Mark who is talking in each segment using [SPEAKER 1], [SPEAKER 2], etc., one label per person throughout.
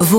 [SPEAKER 1] Vous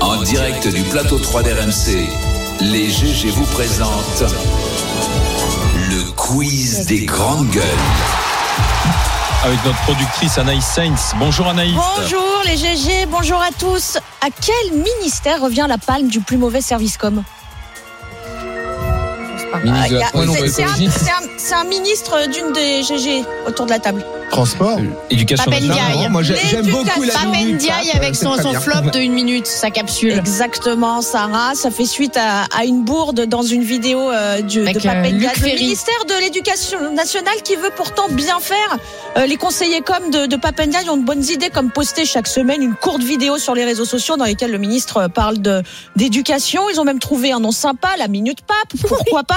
[SPEAKER 2] En direct du plateau 3 d'RMC, les GG vous présentent le quiz des grandes gueules.
[SPEAKER 3] avec notre productrice Anaïs Sainz. Bonjour Anaïs.
[SPEAKER 4] Bonjour les GG, bonjour à tous. À quel ministère revient la palme du plus mauvais service com Ah,
[SPEAKER 5] Ministre de
[SPEAKER 4] y
[SPEAKER 5] la
[SPEAKER 6] Ah,
[SPEAKER 4] a- c'est- C'est un,
[SPEAKER 5] Transition
[SPEAKER 4] c'est un- c'est un ministre d'une des GG autour de la table.
[SPEAKER 7] Transport
[SPEAKER 3] Éducation
[SPEAKER 6] Papendia.
[SPEAKER 3] nationale.
[SPEAKER 7] Moi j'ai- j'aime
[SPEAKER 4] L'éducation.
[SPEAKER 7] beaucoup la
[SPEAKER 4] Pape
[SPEAKER 7] minute,
[SPEAKER 6] Ndiaye
[SPEAKER 7] Pape,
[SPEAKER 6] avec
[SPEAKER 7] c'est
[SPEAKER 6] son,
[SPEAKER 7] très
[SPEAKER 6] son
[SPEAKER 7] bien.
[SPEAKER 6] flop de une minute, sa capsule.
[SPEAKER 4] Exactement, Sarah. Ça fait suite à, à une bourde dans une vidéo euh, du
[SPEAKER 6] Avec,
[SPEAKER 4] de Papendia,
[SPEAKER 6] euh, Luc
[SPEAKER 4] le
[SPEAKER 6] Ferry.
[SPEAKER 4] ministère de l'Éducation nationale qui veut pourtant bien faire. Euh, les conseillers com de, de Papendia ils ont de bonnes idées comme poster chaque semaine une courte vidéo sur les réseaux sociaux dans lesquelles le ministre parle de d'éducation. Ils ont même trouvé un nom sympa, la Minute Pape. Pourquoi pas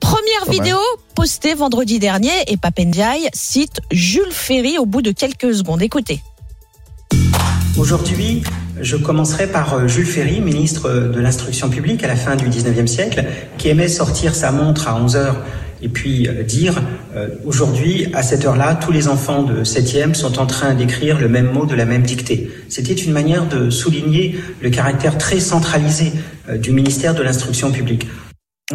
[SPEAKER 4] Première
[SPEAKER 7] Pas mal.
[SPEAKER 4] vidéo postée vendredi dernier et Papendiaï cite Jules Ferry au bout de quelques secondes. Écoutez.
[SPEAKER 8] Aujourd'hui, je commencerai par euh, Jules Ferry, ministre euh, de l'Instruction publique à la fin du 19e siècle, qui aimait sortir sa montre à 11 heures et puis euh, dire euh, Aujourd'hui, à cette heure-là, tous les enfants de 7e sont en train d'écrire le même mot de la même dictée. C'était une manière de souligner le caractère très centralisé euh, du ministère de l'Instruction publique.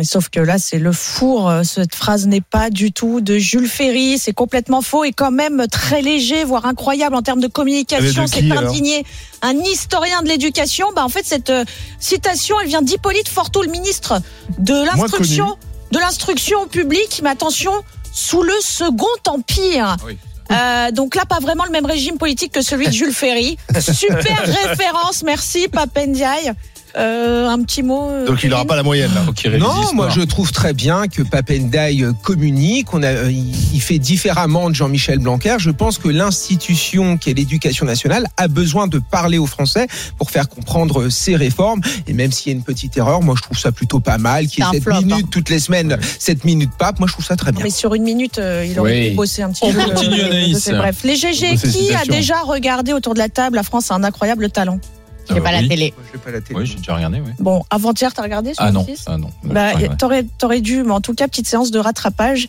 [SPEAKER 4] Sauf que là, c'est le four. Euh, Cette phrase n'est pas du tout de Jules Ferry. C'est complètement faux et quand même très léger, voire incroyable en termes de communication.
[SPEAKER 7] Elle est Eh ben, de qui,
[SPEAKER 4] C'est
[SPEAKER 7] alors
[SPEAKER 4] indigné. Un historien de l'éducation. Bah, en fait, cette euh, citation, elle vient d'Hippolyte Forteau, le ministre de l'instruction, de l'instruction publique. Mais attention, sous le Second Empire.
[SPEAKER 5] Ah oui.
[SPEAKER 4] Euh, donc là, pas vraiment le même régime politique que celui de Jules Ferry. Super référence, merci Papendiaï. Euh, un petit mot. euh,
[SPEAKER 7] Donc il n'aura
[SPEAKER 4] Kevin
[SPEAKER 7] pas la moyenne là.
[SPEAKER 3] Faut qu'il révise
[SPEAKER 5] Non,
[SPEAKER 3] l'histoire.
[SPEAKER 5] moi je trouve très bien que Papendai euh, communique, on a, euh, il il fait différemment de Jean-Michel Blanquer. Je pense que l'institution qui est l'éducation nationale a besoin de parler aux Français pour faire comprendre euh, ses réformes. Et même s'il y a une petite erreur, moi je trouve ça plutôt pas mal. Qu'il
[SPEAKER 6] C'est
[SPEAKER 5] y ait
[SPEAKER 6] un
[SPEAKER 5] cette
[SPEAKER 6] flop, hein.
[SPEAKER 5] minute toutes les semaines, cette minute pape, moi je trouve ça très
[SPEAKER 4] Non,
[SPEAKER 5] bien.
[SPEAKER 4] Mais sur une minute, euh, il aurait
[SPEAKER 3] Oui.
[SPEAKER 4] pu bosser un petit
[SPEAKER 3] On
[SPEAKER 4] peu.
[SPEAKER 3] continue,
[SPEAKER 4] euh,
[SPEAKER 3] Anaïs.
[SPEAKER 4] de ses- Bref, les GG,
[SPEAKER 3] De ces
[SPEAKER 4] qui a
[SPEAKER 3] citations.
[SPEAKER 4] déjà regardé autour de la table La France a un incroyable talent.
[SPEAKER 6] J'ai
[SPEAKER 3] Euh,
[SPEAKER 6] pas
[SPEAKER 3] oui.
[SPEAKER 6] la télé.
[SPEAKER 5] Moi, je vais pas la télé.
[SPEAKER 3] Oui, j'ai déjà regardé, oui.
[SPEAKER 4] Bon, avant-hier, t'as regardé sur
[SPEAKER 3] Ah non,
[SPEAKER 4] M6?
[SPEAKER 3] ah non.
[SPEAKER 4] Bah,
[SPEAKER 3] Ouais, ouais.
[SPEAKER 4] t'aurais, t'aurais dû, mais en tout cas, petite séance de rattrapage.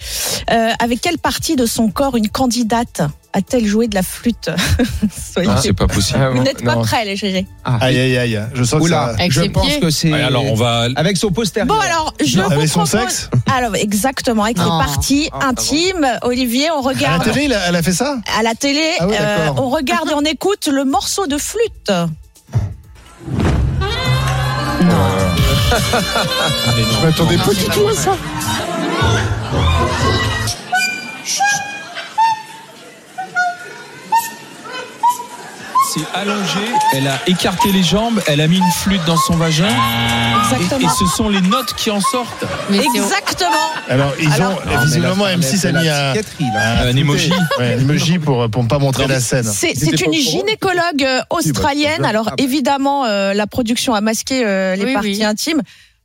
[SPEAKER 4] Euh, avec quelle partie de son corps une candidate a-t-elle joué de la flûte Soyez-
[SPEAKER 3] Non, Ah, c'est pas possible.
[SPEAKER 4] Vous n'êtes pas prêts, les GG.
[SPEAKER 5] Ah.
[SPEAKER 7] Aïe aïe aïe, je sens que ça.
[SPEAKER 5] Oula,
[SPEAKER 6] Avec
[SPEAKER 5] je
[SPEAKER 6] ses
[SPEAKER 5] pense
[SPEAKER 6] pieds.
[SPEAKER 5] que c'est
[SPEAKER 3] Ouais, alors on va.
[SPEAKER 5] avec son postérieur.
[SPEAKER 4] Bon, alors, je vous
[SPEAKER 7] Avec son
[SPEAKER 4] propose-
[SPEAKER 7] sexe
[SPEAKER 4] Alors, exactement, avec les
[SPEAKER 6] Non.
[SPEAKER 4] parties
[SPEAKER 5] Ah, pardon.
[SPEAKER 4] intimes. Olivier, on
[SPEAKER 7] À la
[SPEAKER 4] regarde.
[SPEAKER 7] télé, il a- elle a fait ça
[SPEAKER 4] À la télé,
[SPEAKER 7] Ah ouais,
[SPEAKER 4] euh,
[SPEAKER 7] d'accord.
[SPEAKER 4] on regarde et on écoute le morceau de flûte.
[SPEAKER 3] Mais non.
[SPEAKER 7] Je m'attendais pas du tout à ça.
[SPEAKER 3] C'est allongé. Elle a écarté les jambes. Elle a mis une flûte dans son vagin. Et, et
[SPEAKER 4] Exactement.
[SPEAKER 3] ce sont les notes qui en sortent.
[SPEAKER 6] Mais c'est-
[SPEAKER 4] Exactement.
[SPEAKER 7] Alors ils
[SPEAKER 4] Alors-
[SPEAKER 7] ont,
[SPEAKER 5] Non, Ah, mais là,
[SPEAKER 7] visiblement M6
[SPEAKER 5] ça
[SPEAKER 7] a
[SPEAKER 5] relève de
[SPEAKER 7] mis
[SPEAKER 5] la
[SPEAKER 7] un.
[SPEAKER 5] psychiatrie, là.
[SPEAKER 7] Un,
[SPEAKER 3] Un emoji.
[SPEAKER 7] Ouais, un emoji pour, pour ne pas montrer
[SPEAKER 3] Non, mais
[SPEAKER 7] la scène.
[SPEAKER 4] C'est
[SPEAKER 5] Ils étaient
[SPEAKER 4] c'est une
[SPEAKER 5] pas au courant.
[SPEAKER 4] gynécologue euh,
[SPEAKER 7] c'est
[SPEAKER 4] australienne.
[SPEAKER 7] bien.
[SPEAKER 4] Alors
[SPEAKER 5] Ah bah.
[SPEAKER 4] évidemment, euh, la production a masqué euh, les
[SPEAKER 6] Oui,
[SPEAKER 4] parties
[SPEAKER 6] oui.
[SPEAKER 4] intimes.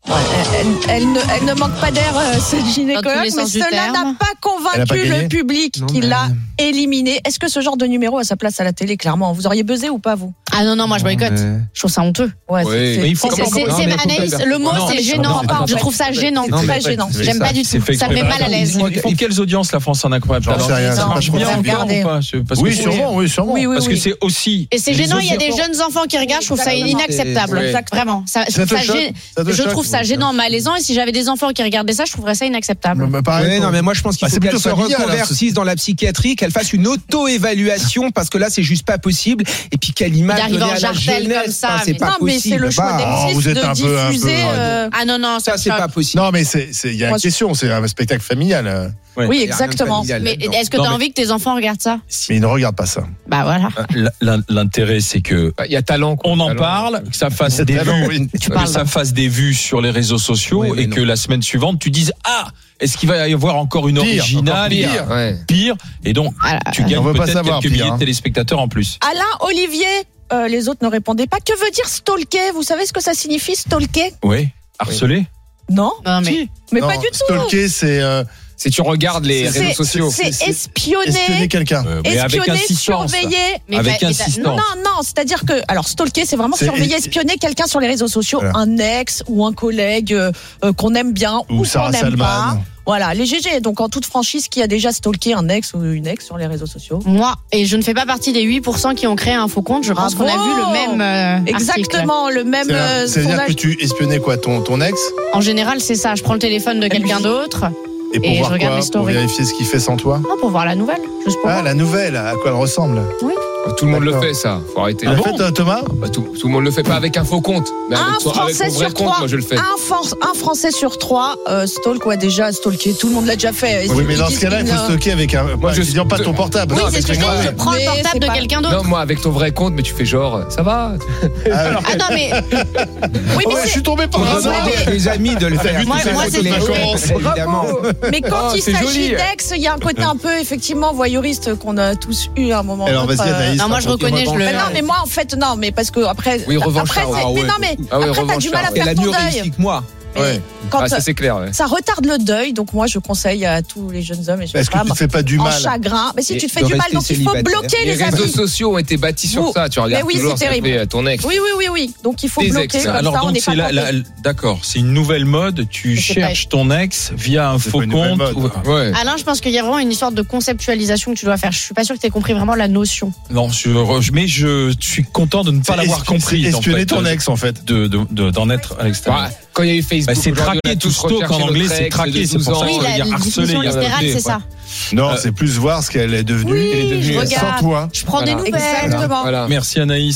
[SPEAKER 4] Ouais, elle, elle ne, elle ne manque pas d'air, euh, cette gynécologue, mais
[SPEAKER 6] sens du
[SPEAKER 4] cela
[SPEAKER 6] terme.
[SPEAKER 4] n'a pas
[SPEAKER 7] Elle a
[SPEAKER 4] convaincu
[SPEAKER 7] pas gagné
[SPEAKER 4] le public
[SPEAKER 5] Non,
[SPEAKER 4] qui
[SPEAKER 5] mais-
[SPEAKER 4] l'a éliminée. Est-ce que ce genre de numéro a sa place à la télé, clairement Vous auriez buzzé ou pas, vous
[SPEAKER 6] Ah non, non, moi je boycotte.
[SPEAKER 5] Non, mais-
[SPEAKER 6] Je trouve ça honteux.
[SPEAKER 4] Ouais,
[SPEAKER 3] Oui.
[SPEAKER 4] c'est-
[SPEAKER 3] Mais il faut
[SPEAKER 4] c'est-
[SPEAKER 6] C'est-
[SPEAKER 3] comment-
[SPEAKER 6] c'est-
[SPEAKER 5] non,
[SPEAKER 6] c'est-
[SPEAKER 5] mais faut
[SPEAKER 6] Anaïs,
[SPEAKER 5] pas-
[SPEAKER 6] le mot
[SPEAKER 3] Non,
[SPEAKER 6] c'est
[SPEAKER 3] mais-
[SPEAKER 6] gênant.
[SPEAKER 3] non, mais-
[SPEAKER 6] Je trouve ça gênant.
[SPEAKER 4] Non, mais- gênant.
[SPEAKER 5] c'est
[SPEAKER 6] J'aime
[SPEAKER 5] ça.
[SPEAKER 6] pas du
[SPEAKER 3] C'est
[SPEAKER 6] tout.
[SPEAKER 3] fait
[SPEAKER 6] Ça me
[SPEAKER 3] exprès.
[SPEAKER 6] met mal à l'aise.
[SPEAKER 3] Ils font quelles audiences la France en incroyable
[SPEAKER 7] J'en
[SPEAKER 3] talent
[SPEAKER 7] sais rien,
[SPEAKER 3] Ça
[SPEAKER 7] c'est
[SPEAKER 3] marche
[SPEAKER 7] pas
[SPEAKER 3] bien
[SPEAKER 7] trop
[SPEAKER 3] encore
[SPEAKER 4] regardé.
[SPEAKER 3] ou pas Je- parce
[SPEAKER 7] Oui,
[SPEAKER 3] que-
[SPEAKER 7] sûrement, oui, sûrement.
[SPEAKER 4] Oui, oui,
[SPEAKER 3] Parce que
[SPEAKER 4] oui.
[SPEAKER 3] c'est aussi.
[SPEAKER 6] Et c'est
[SPEAKER 3] Les
[SPEAKER 6] gênant, il y a des
[SPEAKER 3] enfants-
[SPEAKER 6] jeunes enfants qui regardent, je trouve ça
[SPEAKER 4] Exactement.
[SPEAKER 6] inacceptable.
[SPEAKER 5] C'est-
[SPEAKER 4] Exact.
[SPEAKER 6] Vraiment. Ça, je
[SPEAKER 7] Ça te
[SPEAKER 6] trouve ça,
[SPEAKER 7] choque
[SPEAKER 6] gê-
[SPEAKER 7] Ça te
[SPEAKER 6] je
[SPEAKER 7] choque
[SPEAKER 6] trouve ça gênant, malaisant, et si j'avais des enfants qui regardaient ça, je trouverais ça inacceptable.
[SPEAKER 7] Mais pareil,
[SPEAKER 5] Ah Ouais,
[SPEAKER 7] pour-
[SPEAKER 5] non, mais moi je pense qu'il
[SPEAKER 7] Bah,
[SPEAKER 5] faut
[SPEAKER 7] c'est
[SPEAKER 5] qu'elle
[SPEAKER 7] plutôt
[SPEAKER 5] se
[SPEAKER 7] familial, hein,
[SPEAKER 5] reconvertisse dans la psychiatrie, qu'elle fasse une auto-évaluation parce que là c'est juste pas possible. Et puis quelle image
[SPEAKER 6] D'arriver
[SPEAKER 5] donnée
[SPEAKER 6] en
[SPEAKER 5] à la
[SPEAKER 6] jartel
[SPEAKER 5] jeunesse,
[SPEAKER 6] comme ça,
[SPEAKER 5] enfin, c'est
[SPEAKER 6] mais-
[SPEAKER 5] pas
[SPEAKER 4] Non, mais
[SPEAKER 5] possible.
[SPEAKER 4] c'est le choix
[SPEAKER 5] bah,
[SPEAKER 7] Oh,
[SPEAKER 4] d'M6
[SPEAKER 7] vous êtes un
[SPEAKER 4] de
[SPEAKER 7] peu- un peu-
[SPEAKER 4] diffuser. euh,
[SPEAKER 6] Ah non, non,
[SPEAKER 5] ça c'est pas possible.
[SPEAKER 7] Non, mais c'est, c'est- il y a
[SPEAKER 4] Moi,
[SPEAKER 7] une
[SPEAKER 4] je-
[SPEAKER 7] question, c'est un spectacle familial. euh.
[SPEAKER 4] Oui,
[SPEAKER 5] Il y a rien de
[SPEAKER 4] exactement.
[SPEAKER 5] familial
[SPEAKER 6] Mais
[SPEAKER 5] là-dedans.
[SPEAKER 6] est-ce que
[SPEAKER 3] Non,
[SPEAKER 6] t'as
[SPEAKER 3] mais- Ah,
[SPEAKER 6] envie que tes enfants regardent ça
[SPEAKER 7] Mais il ne regarde pas ça.
[SPEAKER 6] Bah voilà.
[SPEAKER 3] L- l'in- L'intérêt, c'est que
[SPEAKER 9] Il Bah, y a talent. quoi.
[SPEAKER 3] on en
[SPEAKER 9] Talent. euh,
[SPEAKER 3] parle, que ça fasse des
[SPEAKER 7] Ah
[SPEAKER 3] vues,
[SPEAKER 7] non, oui.
[SPEAKER 6] Tu
[SPEAKER 3] que
[SPEAKER 6] parles.
[SPEAKER 3] ça fasse des vues sur les réseaux sociaux
[SPEAKER 5] Oui, mais
[SPEAKER 3] et
[SPEAKER 5] non.
[SPEAKER 3] que la semaine suivante tu dises ah est-ce qu'il va y avoir encore une
[SPEAKER 7] Pire,
[SPEAKER 3] originale
[SPEAKER 7] encore pire.
[SPEAKER 9] Ouais.
[SPEAKER 3] et pire et donc
[SPEAKER 6] Ah,
[SPEAKER 3] tu
[SPEAKER 7] on
[SPEAKER 3] gagnes
[SPEAKER 7] veut pas
[SPEAKER 3] peut-être
[SPEAKER 7] savoir,
[SPEAKER 3] quelques
[SPEAKER 7] pire,
[SPEAKER 3] milliers
[SPEAKER 7] hein.
[SPEAKER 3] de téléspectateurs en plus.
[SPEAKER 4] Alain Olivier, euh, les autres ne répondaient pas. Que veut dire stalker Vous savez ce que ça signifie stalker
[SPEAKER 3] Oui. Harcelé
[SPEAKER 4] Non,
[SPEAKER 6] Non, mais.
[SPEAKER 3] Si.
[SPEAKER 4] mais
[SPEAKER 7] Non,
[SPEAKER 4] pas du tout.
[SPEAKER 7] Stalker, c'est euh,
[SPEAKER 9] Si tu regardes les
[SPEAKER 4] C'est-
[SPEAKER 9] réseaux sociaux.
[SPEAKER 4] C'est
[SPEAKER 7] C'est- espionner
[SPEAKER 4] espionner,
[SPEAKER 7] quelqu'un.
[SPEAKER 3] Euh, mais avec
[SPEAKER 4] espionner,
[SPEAKER 3] insistance.
[SPEAKER 4] surveiller.
[SPEAKER 6] mais
[SPEAKER 3] Avec
[SPEAKER 6] bah, et t'as-
[SPEAKER 3] insistance.
[SPEAKER 4] Non, non, non, c'est-à-dire que, alors stalker, c'est vraiment
[SPEAKER 7] C'est-
[SPEAKER 4] surveiller,
[SPEAKER 7] et-
[SPEAKER 4] espionner quelqu'un sur les réseaux sociaux,
[SPEAKER 7] Voilà.
[SPEAKER 4] un ex ou un collègue euh, euh, qu'on aime bien
[SPEAKER 7] Ou
[SPEAKER 4] ou, qu'on
[SPEAKER 7] Sarah
[SPEAKER 4] n'aime
[SPEAKER 7] Salman.
[SPEAKER 4] pas. Voilà, les GG. Donc en toute franchise, qui a déjà stalké un ex ou une ex sur les réseaux sociaux
[SPEAKER 6] Moi, et je ne fais pas partie des 8% qui ont créé un faux compte. Je pense
[SPEAKER 4] Ah
[SPEAKER 6] qu'on a
[SPEAKER 4] bon
[SPEAKER 6] vu le même. euh, article.
[SPEAKER 4] Exactement, le même
[SPEAKER 7] C'est-
[SPEAKER 4] euh,
[SPEAKER 7] Ah, C'est-à-dire que
[SPEAKER 4] sondage.
[SPEAKER 7] tu espionnais quoi Ton, ton ex
[SPEAKER 6] En général, c'est ça. Je prends le téléphone de quelqu'un
[SPEAKER 4] lui.
[SPEAKER 6] d'autre
[SPEAKER 7] Et pour
[SPEAKER 6] Et je
[SPEAKER 7] voir
[SPEAKER 6] regarde
[SPEAKER 7] quoi
[SPEAKER 6] les
[SPEAKER 7] Pour
[SPEAKER 6] stories.
[SPEAKER 7] vérifier ce qu'il fait sans toi
[SPEAKER 6] Non, pour voir la nouvelle. Juste pour
[SPEAKER 7] Ah,
[SPEAKER 6] voir.
[SPEAKER 7] la nouvelle, à quoi elle ressemble
[SPEAKER 9] Tout le monde le
[SPEAKER 7] D'accord.
[SPEAKER 9] fait, ça. Faut arrêter.
[SPEAKER 7] Tu
[SPEAKER 3] Ah
[SPEAKER 7] l'as fait, toi, Thomas
[SPEAKER 9] Bah, tout, tout le monde le fait pas avec un faux compte, mais
[SPEAKER 4] Un
[SPEAKER 9] avec, toi- avec
[SPEAKER 4] Français
[SPEAKER 9] mon vrai
[SPEAKER 4] sur
[SPEAKER 9] compte,
[SPEAKER 4] trois.
[SPEAKER 9] moi je le fais.
[SPEAKER 4] Un, Fran- un Français sur trois euh, stalk ou a déjà stalké. Tout le monde l'a déjà fait.
[SPEAKER 7] Oui,
[SPEAKER 4] Ils-
[SPEAKER 7] mais
[SPEAKER 4] ils
[SPEAKER 7] dans ce
[SPEAKER 4] disent
[SPEAKER 7] cas-là, il
[SPEAKER 4] qu'ils
[SPEAKER 7] faut
[SPEAKER 4] ne-
[SPEAKER 7] stocker avec un. Moi, je
[SPEAKER 9] je-
[SPEAKER 7] dis pas ton portable. Ah,
[SPEAKER 6] Oui,
[SPEAKER 9] Non,
[SPEAKER 6] c'est ce que
[SPEAKER 9] mais
[SPEAKER 6] je
[SPEAKER 9] c'est
[SPEAKER 6] dis.
[SPEAKER 9] grave.
[SPEAKER 6] Je prends le
[SPEAKER 4] Mais c'est
[SPEAKER 6] portable de
[SPEAKER 4] pas-
[SPEAKER 6] quelqu'un d'autre.
[SPEAKER 9] Non, moi avec ton vrai compte, mais tu fais genre, ça va.
[SPEAKER 7] Ah,
[SPEAKER 6] Attends, mais
[SPEAKER 4] euh, Oui, mais
[SPEAKER 7] ouais,
[SPEAKER 4] c'est-
[SPEAKER 7] je suis tombé par
[SPEAKER 5] On
[SPEAKER 6] Ah
[SPEAKER 7] hasard.
[SPEAKER 5] demande à tes amis de le faire.
[SPEAKER 6] Moi- moi, c'est
[SPEAKER 5] les
[SPEAKER 6] vrai.
[SPEAKER 5] évidemment.
[SPEAKER 4] Mais quand
[SPEAKER 9] Oh,
[SPEAKER 4] il
[SPEAKER 9] c'est
[SPEAKER 4] s'agit
[SPEAKER 9] joli.
[SPEAKER 4] d'ex, il y a un côté un peu effectivement voyeuriste qu'on a tous eu à un moment.
[SPEAKER 7] Alors,
[SPEAKER 4] ou autre,
[SPEAKER 7] vas-y,
[SPEAKER 4] euh,
[SPEAKER 7] Anaïs.
[SPEAKER 6] non, moi je
[SPEAKER 7] raconte-moi.
[SPEAKER 6] reconnais, je le.
[SPEAKER 4] mais Bah non, mais moi en fait non, mais parce que après,
[SPEAKER 9] Oui, revanche,
[SPEAKER 4] après,
[SPEAKER 9] ah,
[SPEAKER 4] c'est-
[SPEAKER 9] ah
[SPEAKER 4] mais
[SPEAKER 9] ouais.
[SPEAKER 4] non mais
[SPEAKER 9] Ah ouais,
[SPEAKER 4] après t'as
[SPEAKER 9] revanche,
[SPEAKER 4] du mal
[SPEAKER 9] ah
[SPEAKER 4] à
[SPEAKER 9] ouais.
[SPEAKER 5] Elle
[SPEAKER 4] faire
[SPEAKER 5] a
[SPEAKER 4] ton
[SPEAKER 5] mieux
[SPEAKER 4] deuil.
[SPEAKER 5] réussi que moi.
[SPEAKER 7] Ouais.
[SPEAKER 4] Quand
[SPEAKER 9] Ah, ça c'est clair. ouais.
[SPEAKER 4] ça retarde le deuil, donc moi je conseille à tous les jeunes hommes et jeunes
[SPEAKER 7] Est-ce que tu
[SPEAKER 4] femmes
[SPEAKER 7] te fais pas du
[SPEAKER 4] en
[SPEAKER 7] mal
[SPEAKER 4] chagrin. Mais si
[SPEAKER 5] Et
[SPEAKER 4] tu te fais
[SPEAKER 5] de
[SPEAKER 4] du mal,
[SPEAKER 5] rester
[SPEAKER 4] donc il faut
[SPEAKER 5] célibataire.
[SPEAKER 4] bloquer
[SPEAKER 9] Les
[SPEAKER 4] les
[SPEAKER 9] réseaux
[SPEAKER 4] amis.
[SPEAKER 9] sociaux ont été bâtis
[SPEAKER 4] Vous-
[SPEAKER 9] sur ça. Tu regardes
[SPEAKER 4] oui,
[SPEAKER 9] toujours
[SPEAKER 4] c'est
[SPEAKER 9] ce que
[SPEAKER 4] terrible.
[SPEAKER 9] fait euh, ton ex.
[SPEAKER 4] Oui, oui, oui, oui. Donc il faut
[SPEAKER 9] Des
[SPEAKER 4] bloquer
[SPEAKER 9] ex,
[SPEAKER 4] comme
[SPEAKER 9] alors
[SPEAKER 3] Alors
[SPEAKER 4] ça, on
[SPEAKER 3] donc
[SPEAKER 4] n'est
[SPEAKER 3] c'est
[SPEAKER 4] pas
[SPEAKER 3] la- la-
[SPEAKER 4] content.
[SPEAKER 3] d'accord, c'est une nouvelle mode. Tu
[SPEAKER 6] Mais c'est pas-
[SPEAKER 3] cherches ton ex via un
[SPEAKER 7] C'est
[SPEAKER 3] faux
[SPEAKER 7] pas une nouvelle
[SPEAKER 3] compte.
[SPEAKER 7] mode.
[SPEAKER 3] ou-
[SPEAKER 9] Ouais.
[SPEAKER 4] Ah.
[SPEAKER 6] Alain, je pense qu'il y a vraiment une histoire de conceptualisation que tu dois faire. Je suis pas sûr que tu aies compris vraiment la notion.
[SPEAKER 3] Non, je, re- mais je suis content de ne pas
[SPEAKER 7] C'est
[SPEAKER 3] l'avoir
[SPEAKER 7] espi-
[SPEAKER 3] compris.
[SPEAKER 7] c'est
[SPEAKER 3] en
[SPEAKER 7] Espionner
[SPEAKER 3] fait,
[SPEAKER 7] ton ex, en fait.
[SPEAKER 3] de- de- de- d'en être à l'extérieur.
[SPEAKER 9] Bah, quand il y a eu Facebook,
[SPEAKER 3] Bah, c'est
[SPEAKER 9] aujourd'hui, on a
[SPEAKER 3] traquer,
[SPEAKER 9] tous
[SPEAKER 3] tout stalk
[SPEAKER 9] recherché
[SPEAKER 3] en anglais,
[SPEAKER 9] notre
[SPEAKER 3] c'est
[SPEAKER 9] ex
[SPEAKER 3] traquer,
[SPEAKER 9] de
[SPEAKER 3] c'est pour
[SPEAKER 9] 12
[SPEAKER 3] ça.
[SPEAKER 9] ans. euh,
[SPEAKER 3] Oui, ça
[SPEAKER 6] oui,
[SPEAKER 3] veut
[SPEAKER 4] bah,
[SPEAKER 6] la
[SPEAKER 3] dire harceler, il
[SPEAKER 6] définition
[SPEAKER 3] y a un
[SPEAKER 6] littérale,
[SPEAKER 3] côté,
[SPEAKER 6] c'est
[SPEAKER 3] quoi.
[SPEAKER 6] ça.
[SPEAKER 7] Non,
[SPEAKER 3] Euh,
[SPEAKER 7] c'est plus voir ce qu'elle est devenue
[SPEAKER 6] Oui, je
[SPEAKER 7] sans
[SPEAKER 6] regarde.
[SPEAKER 7] toi.
[SPEAKER 6] Je prends
[SPEAKER 9] Voilà.
[SPEAKER 6] des nouvelles.
[SPEAKER 4] Exactement.
[SPEAKER 9] Voilà.
[SPEAKER 3] Merci Anaïs.